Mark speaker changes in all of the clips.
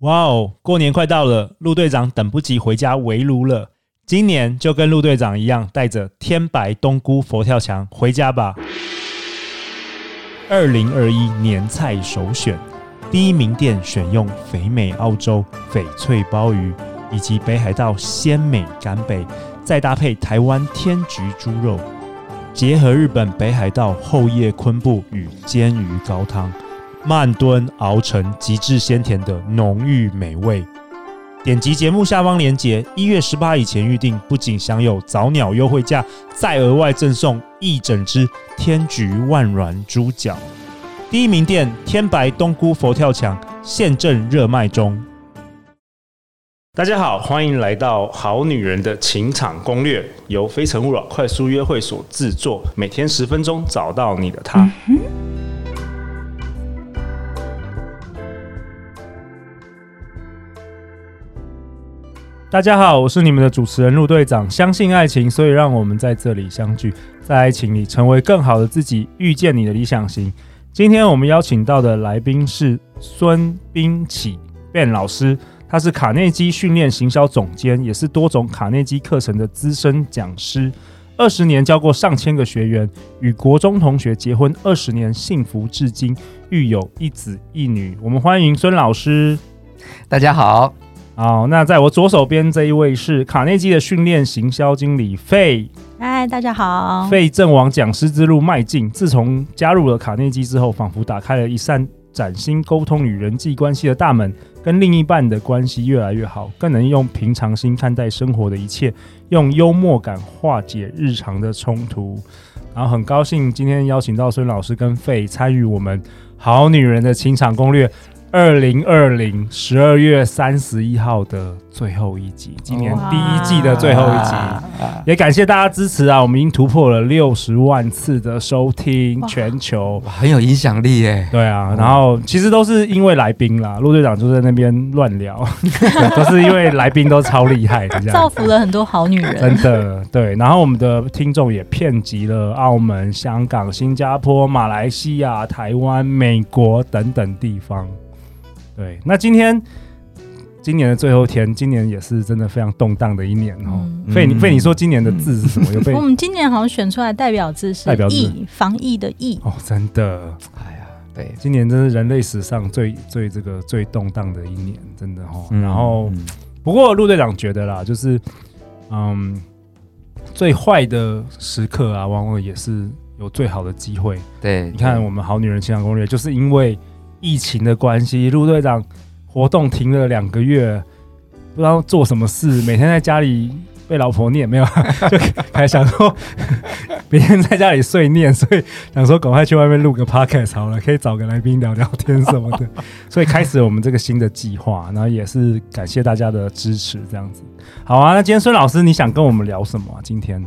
Speaker 1: 哇哦，过年快到了，陆队长等不及回家围炉了。今年就跟陆队长一样，带着天白冬菇佛跳墙回家吧。二零二一年菜首选，第一名店选用肥美澳洲翡翠鲍鱼，以及北海道鲜美干贝，再搭配台湾天菊猪肉，结合日本北海道厚叶昆布与煎鱼高汤，慢炖熬成极致鲜甜的浓郁美味。点击节目下方链接，一月十八以前预定，不仅享有早鸟优惠价，再额外赠送一整只天菊万软猪脚。第一名店天白冬菇佛跳墙现正热卖中。大家好，欢迎来到《好女人的情场攻略》，由非诚勿扰快速约会所制作，每天十分钟，找到你的他。大家好，我是你们的主持人陆队长。相信爱情，所以让我们在这里相聚，在爱情里成为更好的自己，遇见你的理想型。今天我们邀请到的来宾是孙冰启 Ben 老师，他是卡内基训练行销总监，也是多种卡内基课程的资深讲师。二十年教过上千个学员，与国中同学结婚二十年，幸福至今，育有一子一女。我们欢迎孙老师。
Speaker 2: 大家好，
Speaker 1: 好，那在我左手边这一位是卡内基的训练行销经理费
Speaker 3: 嗨，哎大家好。
Speaker 1: 费正往讲师之路迈进。自从加入了卡内基之后，仿佛打开了一扇崭新沟通与人际关系的大门，跟另一半的关系越来越好，更能用平常心看待生活的一切，用幽默感化解日常的冲突。然后很高兴今天邀请到孙老师跟费参与我们《好女人的情场攻略》。二零二零十二月三十一号的最后一集，今年第一季的最后一集，
Speaker 2: 啊啊
Speaker 1: 也感谢大家支持啊！我们已经突破了六十万次的收听，全球。
Speaker 2: 哇很有影响力耶。
Speaker 1: 对啊，然后其实都是因为来宾啦，陆队长就在那边乱聊， 都是因为来宾都超厉害的这
Speaker 3: 造
Speaker 1: 样。
Speaker 3: 福了很多好女人，
Speaker 1: 真的对，然后我们的听众也遍及了澳门、香港、新加坡、马来西亚、台湾、美国等等地方。对，那今天今年的最后一天，今年也是真的非常动荡的一年哦。
Speaker 3: 嗯
Speaker 1: 费你
Speaker 2: 嗯
Speaker 1: 费你说今年的字是什么？有被
Speaker 3: 我们今年好像选出来代表字是
Speaker 1: 代表字
Speaker 3: 疫，防疫的疫。
Speaker 1: 哦，真的，
Speaker 2: 哎呀，对，
Speaker 1: 今年真是人类史上最最这个最动荡的一年，真的哦。
Speaker 2: 嗯
Speaker 1: 然后，
Speaker 2: 嗯
Speaker 1: 不过陆队长觉得啦，就是嗯，最坏的时刻啊，往往也是有最好的机会。
Speaker 2: 对，
Speaker 1: 你看，我们《好女人情感攻略》就是因为疫情的关系，陆队长活动停了两个月，不知道做什么事，每天在家里被老婆念，没有啊， 就还想说每天在家里碎念，所以想说赶快去外面录个 podcast 好了，可以找个来宾聊聊天什么的，所以开始我们这个新的计划，然后也是感谢大家的支持，这样子。好啊，那今天孙老师你想跟我们聊什么、啊？今天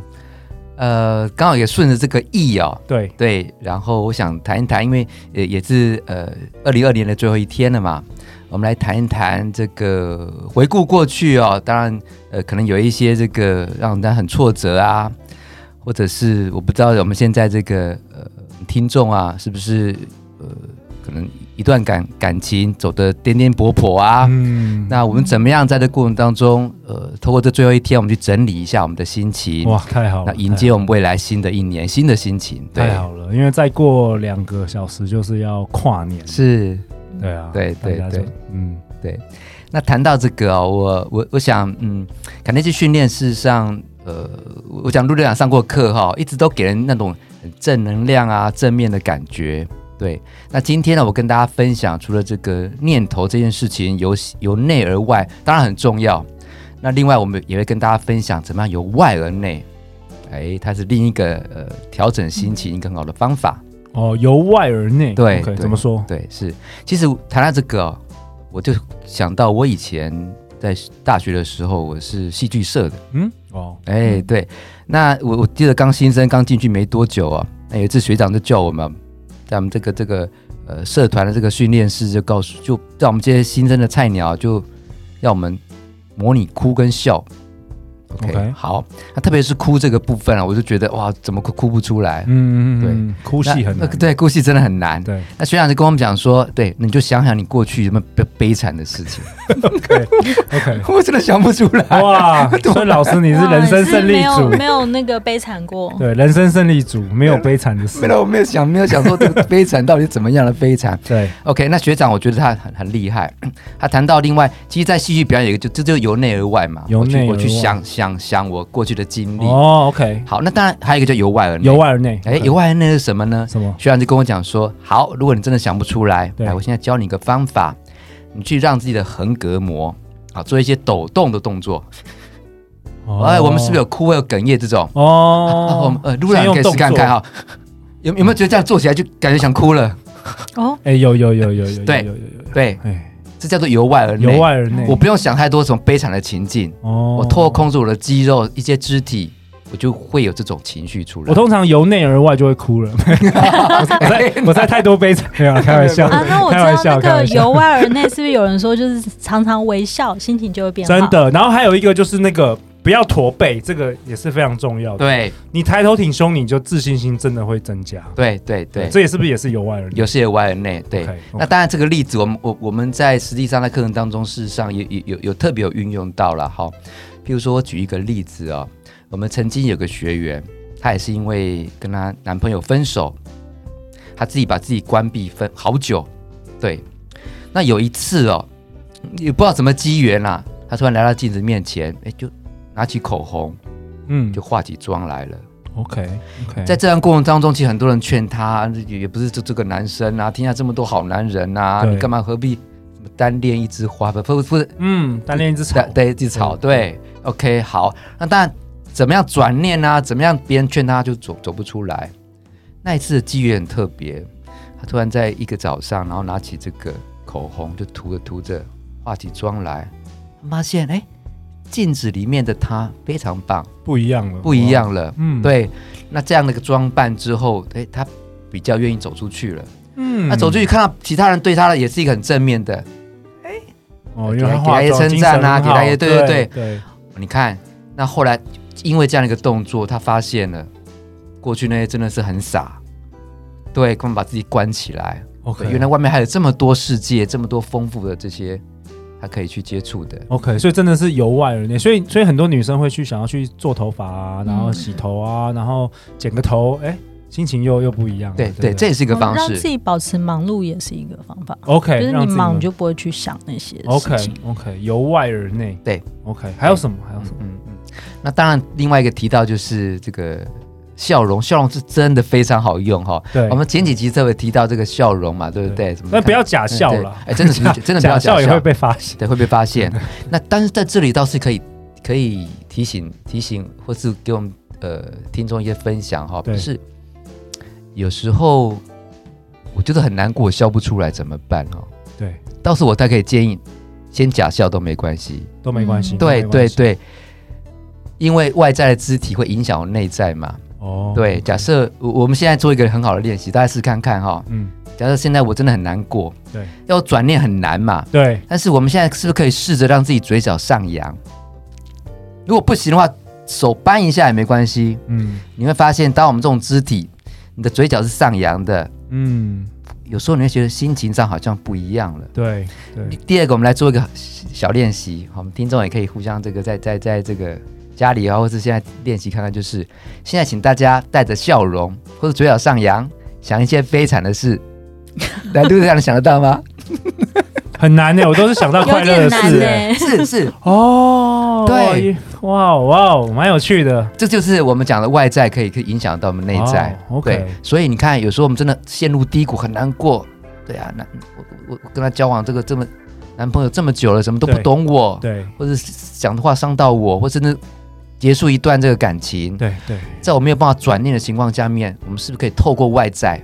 Speaker 2: 呃，刚好也顺着这个意哦，
Speaker 1: 对，
Speaker 2: 对，然后我想谈一谈，因为也也是呃二零二年的最后一天了嘛，我们来谈一谈这个回顾过去哦。当然，呃，可能有一些这个让人家很挫折啊，或者是我不知道我们现在这个呃听众啊，是不是呃可能一段感感情走得颠颠簸簸啊，
Speaker 1: 嗯
Speaker 2: 那我们怎么样在这过程当中，呃，透过这最后一天，我们去整理一下我们的心情，
Speaker 1: 哇，太好了，
Speaker 2: 那
Speaker 1: 太
Speaker 2: 迎
Speaker 1: 好了
Speaker 2: 接我们未来新的一年新的心情，对
Speaker 1: 太，好了，因为再过两个小时就是要跨年，
Speaker 2: 是，
Speaker 1: 对啊，
Speaker 2: 对
Speaker 1: 大家就
Speaker 2: 对对，
Speaker 1: 嗯，
Speaker 2: 对。那谈到这个哦，我我我想，嗯，肯定是训练，事实上，呃，我我讲陆队长上过课哈、一直都给人那种很正能量啊、正面的感觉。对，那今天呢，我跟大家分享，除了这个念头这件事情由由内而外，当然很重要。那另外，我们也会跟大家分享怎么样由外而内，哎，它是另一个呃调整心情一个很好的方法。
Speaker 1: 哦，由外而内，
Speaker 2: 对
Speaker 1: OK，
Speaker 2: 对
Speaker 1: 怎么说？
Speaker 2: 对，是。其实谈到这个哦、我就想到我以前在大学的时候，我是戏剧社的。
Speaker 1: 嗯，哦，
Speaker 2: 哎，对，那我我记得刚新生刚进去没多久啊，那有一次学长就叫我们，在我们这个这个呃社团的这个训练室就告诉，就叫我们这些新生的菜鸟就要我们模拟哭跟笑。 OK，,
Speaker 1: 哦 OK
Speaker 2: 好，那特别是哭这个部分啊，我就觉得哇，怎么哭哭不出来？
Speaker 1: 嗯嗯嗯，对，哭
Speaker 2: 哭
Speaker 1: 戏很难，
Speaker 2: 对，哭戏真的很难。
Speaker 1: 对，
Speaker 2: 那学长就跟我们讲说，对，你就想想你过去有没有悲悲惨的事情，
Speaker 1: OK，
Speaker 2: 我真的想不出来。
Speaker 1: 哇，所以老师你是人生胜利
Speaker 3: 哇哦你是没有
Speaker 1: 组，
Speaker 3: 没有那个悲惨过，
Speaker 1: 对，人生胜利组没有悲惨的事
Speaker 2: 没，有，我没有想，没有想说这个悲惨到底怎么样的悲惨。
Speaker 1: 对，
Speaker 2: OK，那学长我觉得他很很厉害， 他谈到另外，其实，在戏剧表演有一个就这就由内而外嘛，
Speaker 1: 由内而
Speaker 2: 我去我
Speaker 1: 外
Speaker 2: 去想想想我过去的经历。
Speaker 1: 哦，OK，
Speaker 2: 好，那当然还有一个叫由外而内。
Speaker 1: 由外而内，
Speaker 2: 哎，由外而内是什么呢？
Speaker 1: 什么？
Speaker 2: 学长就跟我讲说，好，如果你真的想不出来，
Speaker 1: 对
Speaker 2: 来，我现在教你一个方法，你去让自己的横膈膜啊做一些抖动的动作。哎，我们是不是有哭会有哽咽这种？啊 我
Speaker 1: 哦
Speaker 2: 们，呃，陆然可以试看看哈。有有没有觉得这样做起来就感觉想哭了？
Speaker 3: 哦，
Speaker 1: 哎，有有有有有，有有有，
Speaker 2: 对，
Speaker 1: 哎，
Speaker 2: 这叫做由外而内。
Speaker 1: 由外而内，
Speaker 2: 我不用想太多什么悲惨的情境，
Speaker 1: 哦
Speaker 2: 我透过控制我的肌肉一些肢体，我就会有这种情绪出来。
Speaker 1: 我通常由内而外就会哭了， 我在我在太多悲惨，没有开玩笑，
Speaker 3: 啊，那我
Speaker 1: 开玩
Speaker 3: 知
Speaker 1: 笑，
Speaker 3: 道那
Speaker 1: 开
Speaker 3: 个
Speaker 1: 玩笑，
Speaker 3: 由外而内，是不是有人说就是常常微笑，心情就会变好？
Speaker 1: 真，的。然后还有一个就是那个不要驼背，这个也是非常重要的。
Speaker 2: 对
Speaker 1: 你抬头挺胸，你就自信心真的会增加。
Speaker 2: 对对对，
Speaker 1: 这也是不是也是由外而哦内？
Speaker 2: 有是由外而内。对
Speaker 1: OK，OK
Speaker 2: 那当然这个例子我，们我我们在实际上在课程当中，事实上也也有有特别有运用到了哈。譬如说，我举一个例子哦，我们曾经有个学员，她也是因为跟她男朋友分手，她自己把自己关闭分好久。对，那有一次哦，也不知道什么机缘啦、她突然来到镜子面前，哎，就拿起口红，
Speaker 1: 嗯
Speaker 2: 就化起妆来了。
Speaker 1: ，OK OK，
Speaker 2: 在这样过程当中，其实很多人劝他，也也不是这这个男生啊，天下这么多好男人啊，
Speaker 1: 对
Speaker 2: 你干嘛何必单恋一枝花？不不不是
Speaker 1: 嗯，单恋一只草
Speaker 2: 单，对一枝草，对，OK，好，那当然怎么样转念啊，怎么样别人劝他就走走不出来。那一次的机缘很特别，他突然在一个早上，然后拿起这个口红就涂着涂着，化起妆来，发现哎，镜子里面的他非常棒，
Speaker 1: 不一样了，
Speaker 2: 不一，样了。
Speaker 1: 嗯，，
Speaker 2: 对，那这样的一个装扮之后，诶，他比较愿意走出去了。
Speaker 1: 嗯
Speaker 2: 那走出去看到其他人对他的也是一个很正面的，
Speaker 1: 哦，因为他化
Speaker 2: 给他一
Speaker 1: 妆
Speaker 2: 些称赞啊
Speaker 1: 精神很好
Speaker 2: 给他一些对对
Speaker 1: 对
Speaker 2: 对
Speaker 1: 对，
Speaker 2: 你看，那后来因为这样的一个动作，他发现了过去那些真的是很傻，对，根本把自己关起来。
Speaker 1: OK，
Speaker 2: 对原来外面还有这么多世界，这么多丰富的这些他可以去接触的。
Speaker 1: OK，所以真的是由外而内，所以所以很多女生会去想要去做头发啊，然后洗头啊，然后剪个头，哎，心情又又不一样了。
Speaker 2: 嗯对
Speaker 1: 不
Speaker 2: 对，这也是一个方
Speaker 3: 让自
Speaker 2: 式。
Speaker 3: 己保持忙碌也是一个方法，就
Speaker 1: OK，
Speaker 3: 是
Speaker 1: 让
Speaker 3: 你
Speaker 1: 自己
Speaker 3: 忙你就不会去想那些事
Speaker 1: OK
Speaker 3: 情。
Speaker 1: OK，由外而内。
Speaker 2: 对
Speaker 1: ，OK，还有什么？还有什么？
Speaker 2: 嗯嗯。那当然，另外一个提到就是这个笑容，笑容是真的非常好用哈、
Speaker 1: 对，
Speaker 2: 嗯我们前几集特别提到这个笑容嘛，对不对？怎么
Speaker 1: 但
Speaker 2: 看
Speaker 1: 不要假笑
Speaker 2: 对
Speaker 1: 了，
Speaker 2: 哎，真的是 真的不
Speaker 1: 假
Speaker 2: 要假
Speaker 1: 笑也会
Speaker 2: 笑，
Speaker 1: 被发现。
Speaker 2: 对，会被发 现。那但是在这里倒是可以可以提醒提醒，或是给我们呃听众一些分享哈，
Speaker 1: 对
Speaker 2: 就是有时候我觉得很难过，我笑不出来怎么办哦？
Speaker 1: 对，
Speaker 2: 倒是我大概可以建议，先假笑都没关系，
Speaker 1: 都没关系。
Speaker 3: 嗯
Speaker 1: 都没
Speaker 2: 对
Speaker 1: 关
Speaker 2: 对
Speaker 1: 系，
Speaker 2: 对，因为外在的肢体会影响我内在嘛。
Speaker 1: 哦，
Speaker 2: 对，假设我我们现在做一个很好的练习，大家试看看哈、
Speaker 1: 嗯，
Speaker 2: 假设现在我真的很难过，
Speaker 1: 对，
Speaker 2: 要转念很难嘛。
Speaker 1: 对，
Speaker 2: 但是我们现在是不是可以试着让自己嘴角上扬？如果不行的话，手扳一下也没关系。
Speaker 1: 嗯
Speaker 2: 你会发现，当我们这种肢体，你的嘴角是上扬的，
Speaker 1: 嗯，
Speaker 2: 有时候你会觉得心情上好像不一样了。
Speaker 1: 对对，
Speaker 2: 第二个，我们来做一个小练习，好我们听众也可以互相这个在在在这个家里啊，或是现在练习看看，就是现在请大家带着笑容或者嘴角上扬，想一些悲惨的事。来，陆队长，你想得到吗？
Speaker 1: 很难呢。我都是想到快
Speaker 3: 有
Speaker 1: 乐的
Speaker 3: 点难
Speaker 1: 事
Speaker 3: 呢、
Speaker 1: 欸。
Speaker 2: 是是，
Speaker 1: 哦，
Speaker 2: 对
Speaker 1: 哇，哇哇，蛮有趣的。
Speaker 2: 这就是我们讲的外在可以可以影响到我们内在。
Speaker 1: 哦，OK
Speaker 2: 对，所以你看，有时候我们真的陷入低谷，很难过。对啊，那我我我跟他交往这个这么男朋友这么久了，什么都不
Speaker 1: 对
Speaker 2: 懂我，
Speaker 1: 对
Speaker 2: 或者是讲的话伤到我，或甚至结束一段这个感情，
Speaker 1: 对对，
Speaker 2: 在我没有办法转念的情况下面，我们是不是可以透过外在？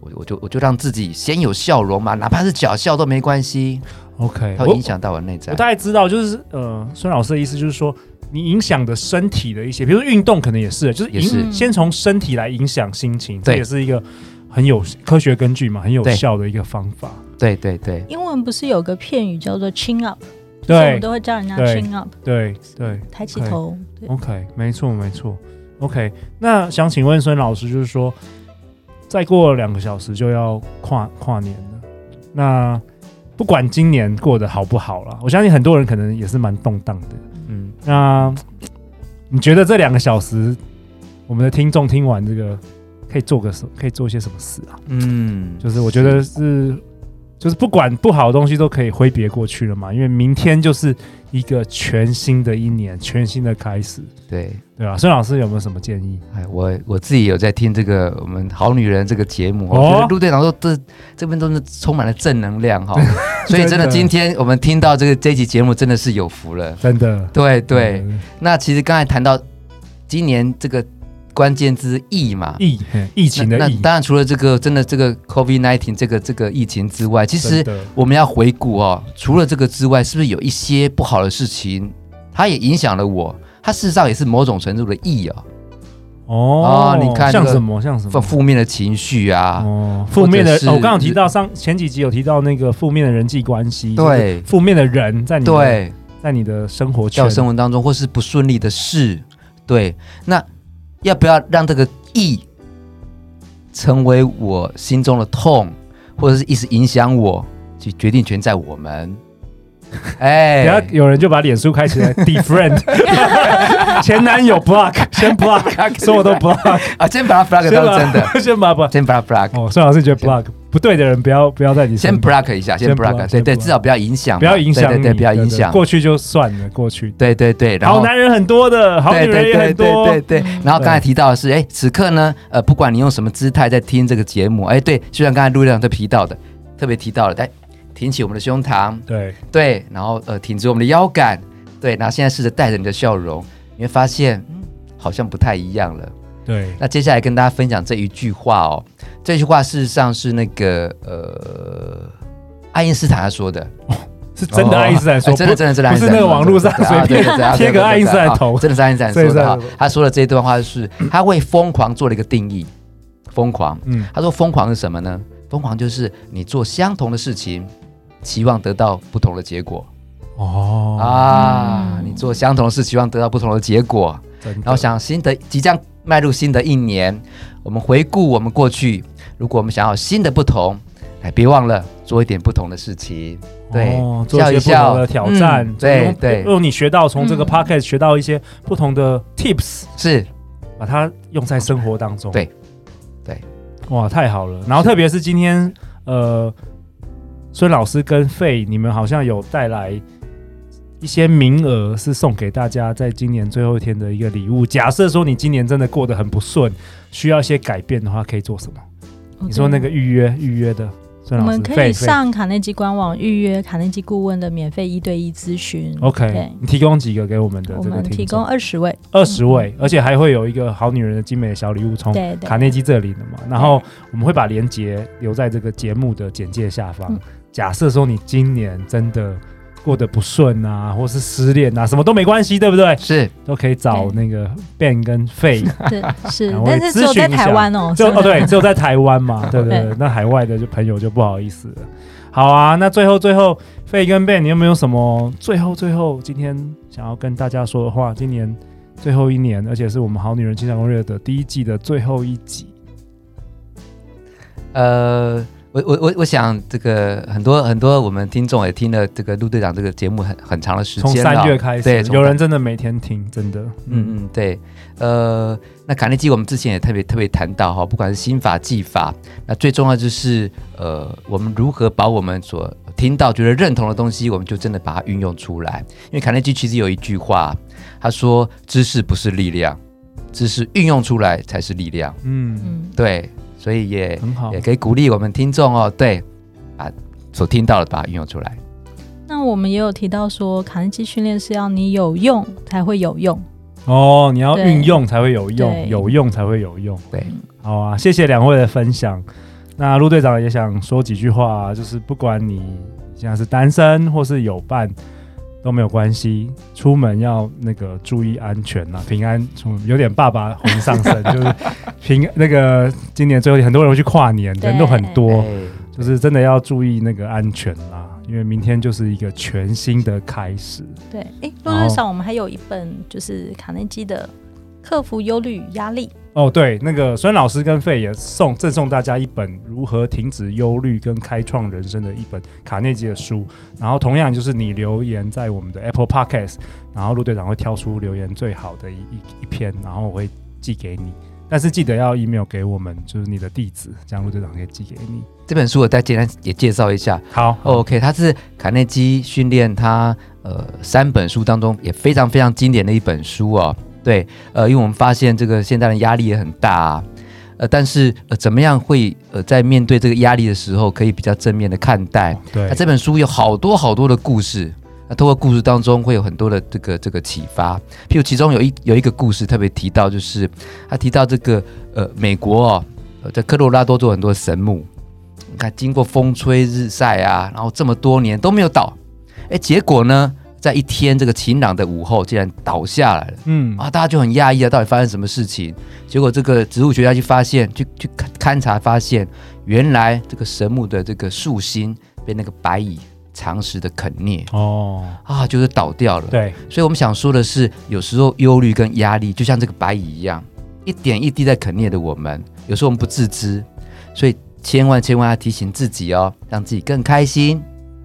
Speaker 2: 我我就我就让自己先有笑容嘛，哪怕是假笑都没关系，
Speaker 1: OK，
Speaker 2: 它会影响到我内在
Speaker 1: 我。大概知道，就是呃，孙老师的意思就是说，你影响的身体的一些，比如说运动，可能也是，就是
Speaker 2: 也是
Speaker 1: 影先从身体来影响心情，这
Speaker 2: 对
Speaker 1: 也是一个很有科学根据嘛，很有
Speaker 2: 对
Speaker 1: 效的一个方法。
Speaker 2: 对对对，
Speaker 3: 英文不是有个片语叫做 “chin up”，所以我们
Speaker 1: 对
Speaker 3: 都会叫人家
Speaker 1: 对
Speaker 3: chin up，
Speaker 1: 对对
Speaker 3: 抬起
Speaker 1: OK
Speaker 3: 头。对，
Speaker 1: ，OK，没错没错，OK。那想请问孙老师，就是说，再过两个小时就要跨跨年了，那不管今年过得好不好啦，我相信很多人可能也是蛮动荡的。
Speaker 2: 嗯，
Speaker 1: 那你觉得这两个小时，我们的听众听完这个，可以做个什么？可以做些什么事啊？
Speaker 2: 嗯，
Speaker 1: 就是我觉得是，就是不管不好的东西都可以挥别过去了嘛，因为明天就是一个全新的一年，全新的开始，
Speaker 2: 对，
Speaker 1: 对吧？孙老师有没有什么建议？
Speaker 2: 哎，我我自己有在听这个我们《好女人》这个节目，
Speaker 1: 哦
Speaker 2: 哦、觉得陆队长说这这边都是充满了正能 量哈、所以真
Speaker 1: 真
Speaker 2: 的
Speaker 1: 的
Speaker 2: 今天我们听到这个这一期节目真的是有福了。
Speaker 1: 真的，
Speaker 2: 对对，
Speaker 1: 嗯，
Speaker 2: 那其实刚才谈到今年这个关键字“疫”嘛，
Speaker 1: 疫嘿疫情
Speaker 2: 那
Speaker 1: 的
Speaker 2: 那
Speaker 1: 疫，
Speaker 2: 当然除了这个真的这个 COVID nineteen 这个这个疫情之外，其实
Speaker 1: 真的
Speaker 2: 我们要回顾哦，除了这个之外，是不是有一些不好的事情，它也影响了我？它事实上也是某种程度的意哦，
Speaker 1: 哦
Speaker 2: 哦你看
Speaker 1: 像
Speaker 2: 这个
Speaker 1: 什么像什
Speaker 2: 负
Speaker 1: 么。
Speaker 2: 负面的情绪啊，
Speaker 1: 哦，负面的，
Speaker 2: 或者是
Speaker 1: 哦我刚刚有提到上前几集有提到那个负面的人际关系，就
Speaker 2: 对
Speaker 1: 是负面的人在你的
Speaker 2: 对，
Speaker 1: 在你的生活圈
Speaker 2: 在我生活当中或是不顺利的事，对，那要不要让这个意成为我心中的痛，或者是一直影响我？其实决定权在我们。 哎，
Speaker 1: 然后有人就把脸书开起 来 defriend，前男友 block，先 block，所有都 block，
Speaker 2: 啊，先把它 flag
Speaker 1: 先
Speaker 2: 到
Speaker 1: 把
Speaker 2: 真的，
Speaker 1: 先把 block。
Speaker 2: 先把它 flag，
Speaker 1: 哦，孙老师觉得
Speaker 2: 先
Speaker 1: block 不对的人不要不要在你身
Speaker 2: 先
Speaker 1: 边
Speaker 2: block 一下，先
Speaker 1: 先 block，
Speaker 2: block，对
Speaker 1: 先
Speaker 2: 对，
Speaker 1: block
Speaker 2: 至少不要影响嘛，
Speaker 1: 不要影响
Speaker 2: 对
Speaker 1: 你，
Speaker 2: 对对，不要影
Speaker 1: 对
Speaker 2: 响，
Speaker 1: 过去就算了，过去。
Speaker 2: 对对对，然
Speaker 1: 好
Speaker 2: 后。
Speaker 1: 男人很多的，好
Speaker 2: 对
Speaker 1: 女人
Speaker 2: 对
Speaker 1: 也
Speaker 2: 对
Speaker 1: 很
Speaker 2: 对
Speaker 1: 多嗯
Speaker 2: 对。对，然后刚才提到的是，哎，此刻呢，呃，不管你用什么姿态在听这个节目，哎，对，就像刚才陆亮都提到的，特别提到了，哎，挺起我们的胸膛，
Speaker 1: 对，
Speaker 2: 对，然后呃，挺直我们的腰杆，对，然后现在试着带着你的笑容，你会发现，嗯，好像不太一样了。
Speaker 1: 对，
Speaker 2: 那接下来跟大家分享这一句话哦，这句话事实上是那个呃爱因斯坦他说的，
Speaker 1: 是真的爱因斯坦说，
Speaker 2: 哦真的真的真的爱因斯
Speaker 1: 不是
Speaker 2: 坦说的，
Speaker 1: 那个网络上
Speaker 2: 对啊
Speaker 1: 随便
Speaker 2: 对对对啊
Speaker 1: 贴个爱因斯坦头
Speaker 2: 对对对对啊真的是爱因斯坦说的啊
Speaker 1: 所以是。
Speaker 2: 他说的这段 话是，他为疯狂做了一个定义，疯狂。
Speaker 1: 嗯，
Speaker 2: 他说疯狂是什么呢？疯狂就是你做相同的事情，期望得到不同的结果
Speaker 1: 哦，
Speaker 2: 啊！
Speaker 3: 嗯
Speaker 2: 你做相同的事，期望得到不同的结果。
Speaker 1: 真的
Speaker 2: 然后想新的即将迈入新的一年，我们回顾我们过去，如果我们想要新的不同，哎，别忘了做一点不同的事情。对
Speaker 1: 哦做一些不
Speaker 2: 笑一笑
Speaker 1: 同的挑战
Speaker 2: 嗯，对
Speaker 1: 用
Speaker 2: 对
Speaker 1: 用你学到从这个
Speaker 3: 嗯
Speaker 1: podcast 学到一些不同的 tips，
Speaker 2: 是，
Speaker 1: 把它用在生活当中。
Speaker 2: 对，对，
Speaker 1: 哇，太好了！然后特别是今天，呃，孙老师跟费，你们好像有带来一些名额是送给大家，在今年最后一天的一个礼物。假设说你今年真的过得很不顺，需要一些改变的话，可以做什么？你说那个预约预约的孙
Speaker 3: 嗯我
Speaker 1: 老师，
Speaker 3: 们可
Speaker 1: 费费
Speaker 3: 以上卡内基官网预约卡内基顾问的免费一对一咨询。
Speaker 1: OK，
Speaker 3: 对
Speaker 1: 你提供几个给我们的
Speaker 3: 我
Speaker 1: 这个
Speaker 3: 们
Speaker 1: 听
Speaker 3: 提供
Speaker 1: 众？
Speaker 3: 二十位，
Speaker 1: 二十位，而且还会有一个好女人的精美的小礼物从
Speaker 3: 对对，
Speaker 1: 卡内基这里的嘛，然后我们会把链接留在这个节目的简介下方。
Speaker 3: 嗯
Speaker 1: 假设说你今年真的过得不顺啊，或是失恋啊，什么都没关系，对不对？
Speaker 2: 是
Speaker 1: 都可以找那个 Ben 跟 Fay，
Speaker 3: 对 是
Speaker 1: 然后，
Speaker 3: 但是只有在台湾哦，
Speaker 1: 就哦
Speaker 3: 真的
Speaker 1: 对，只有在台湾嘛，对对对，那海外的就朋友就不好意思了。好啊，那最后最后，Fay 跟 Ben，你有没有什么最后最后今天想要跟大家说的话？今年最后一年，而且是我们《好女人情感攻略》的第一季的最后一集。
Speaker 2: 呃，我我我我想这个很多很多我们听众也听了这个陆队长这个节目很很长的时
Speaker 1: 从
Speaker 2: 间了，
Speaker 1: 三月开始
Speaker 2: 对，，从
Speaker 1: 有人真的每天听，真的，
Speaker 2: 嗯
Speaker 1: 嗯
Speaker 2: 嗯，对，呃，那卡内基我们之前也特别特别谈到哈，不管是心法、技法，那最重要就是呃，我们如何把我们所听到、觉得认同的东西，我们就真的把它运用出来。因为卡内基其实有一句话，他说：“知识不是力量，知识运用出来才是力量。
Speaker 1: 嗯，
Speaker 3: 嗯”，
Speaker 2: 对，所以也
Speaker 1: 很好
Speaker 2: 也，可以鼓励我们听众哦，对，把所听到的把它运用出来。
Speaker 3: 那我们也有提到说，卡内基训练是要你有用才会有用。
Speaker 1: 哦，你要
Speaker 3: 对
Speaker 1: 运用才会有用，
Speaker 3: 对
Speaker 1: 有用才会有用，
Speaker 2: 对，
Speaker 1: 好啊，谢谢两位的分享。那陆队长也想说几句话，就是不管你现在是单身或是有伴都没有关系，出门要那个注意安全啦，平安出门，有点爸爸魂上 身，就是平那个今年最后一天很多人会去跨年，人都很多，
Speaker 2: 哎
Speaker 1: 就是真的要注意那个安全啦，啊因为明天就是一个全新的开始。
Speaker 3: 对，诶，
Speaker 1: 然
Speaker 3: 论
Speaker 1: 后
Speaker 3: 论上我们还有一本就是卡内基的《克服忧虑与压力》，
Speaker 1: 哦，对，那个孙老师跟费也送赠送大家一本《如何停止忧虑跟开创人生》的一本卡内基的书。然后同样就是你留言在我们的 Apple Podcast，然后陆队长会挑出留言最好的一一一篇，然后我会寄给你。但是记得要 email 给我们，就是你的地址，这样陆队长可以寄给你。
Speaker 2: 这本书我再简单也介绍一下。哦
Speaker 1: 好，
Speaker 2: OK，它是卡内基训练它呃三本书当中也非常非常经典的一本书哦。对，呃，因为我们发现这个现在的压力也很大、啊，呃，但是呃怎么样会呃在面对这个压力的时候，可以比较正面的看待？
Speaker 1: 对
Speaker 2: 那，啊这本书有好多好多的故事，那透过故事当中会有很多的这个这个启发。譬如其中有一有一个故事特别提到，就是他提到这个呃美国哦，呃在科罗拉多做很多神木，你看经过风吹日晒啊，然后这么多年都没有倒，哎，结果呢，在一天这个晴朗的午后，竟然倒下来了。
Speaker 1: 嗯，
Speaker 2: 啊，大家就很讶异啊，到底发生什么事情？结果这个植物学家去发现，去去勘勘察发现，原来这个神木的这个树心被那个白蚁常识的啃啮
Speaker 1: 哦，
Speaker 2: 啊，就是倒掉了。
Speaker 1: 对，
Speaker 2: 所以我们想说的是，有时候忧虑跟压力就像这个白蚁一样，一点一滴在啃啮的我们，有时候我们不自知，所以千万千万要提醒自己哦，让自己更开心，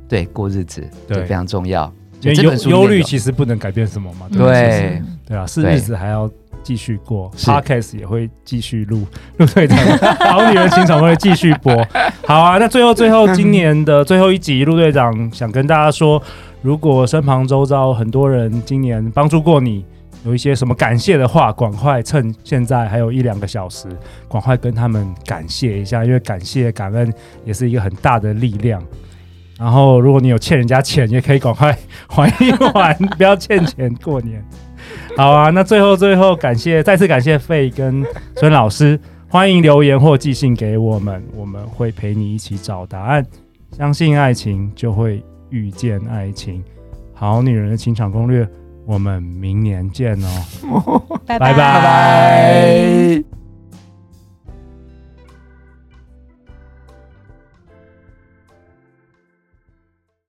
Speaker 2: 对，过日子
Speaker 1: 对
Speaker 2: 这非常重要。
Speaker 1: 因为
Speaker 2: 这
Speaker 1: 忧
Speaker 2: 本书里面
Speaker 1: 忧虑
Speaker 2: 有
Speaker 1: 其实不能改变什么嘛，对吧
Speaker 2: 对
Speaker 3: 嗯
Speaker 1: 对啊，是
Speaker 2: 对
Speaker 1: 日子还要继续过
Speaker 2: 是
Speaker 1: ，Podcast 也会继续录， 陆队长《好女人情场攻略》继续播。 好啊，那最后最后今年的最后一集，陆队长想跟大家说，如果身旁周遭很多人今年帮助过你。有一些什么感谢的话，赶快趁现在还有一两个小时，赶快跟他们感谢一下，因为感谢感恩也是一个很大的力量。然后，如果你有欠人家钱，也可以赶快还一还， 不要欠钱过年。 好啊，那最后最后感谢，再次感谢费跟孙老师，欢迎留言或寄信给我们，我们会陪你一起找答案。相信爱情，就会遇见爱情。好女人的情场攻略，我们明年见哦，
Speaker 3: 拜
Speaker 1: 拜
Speaker 3: 拜
Speaker 1: 拜。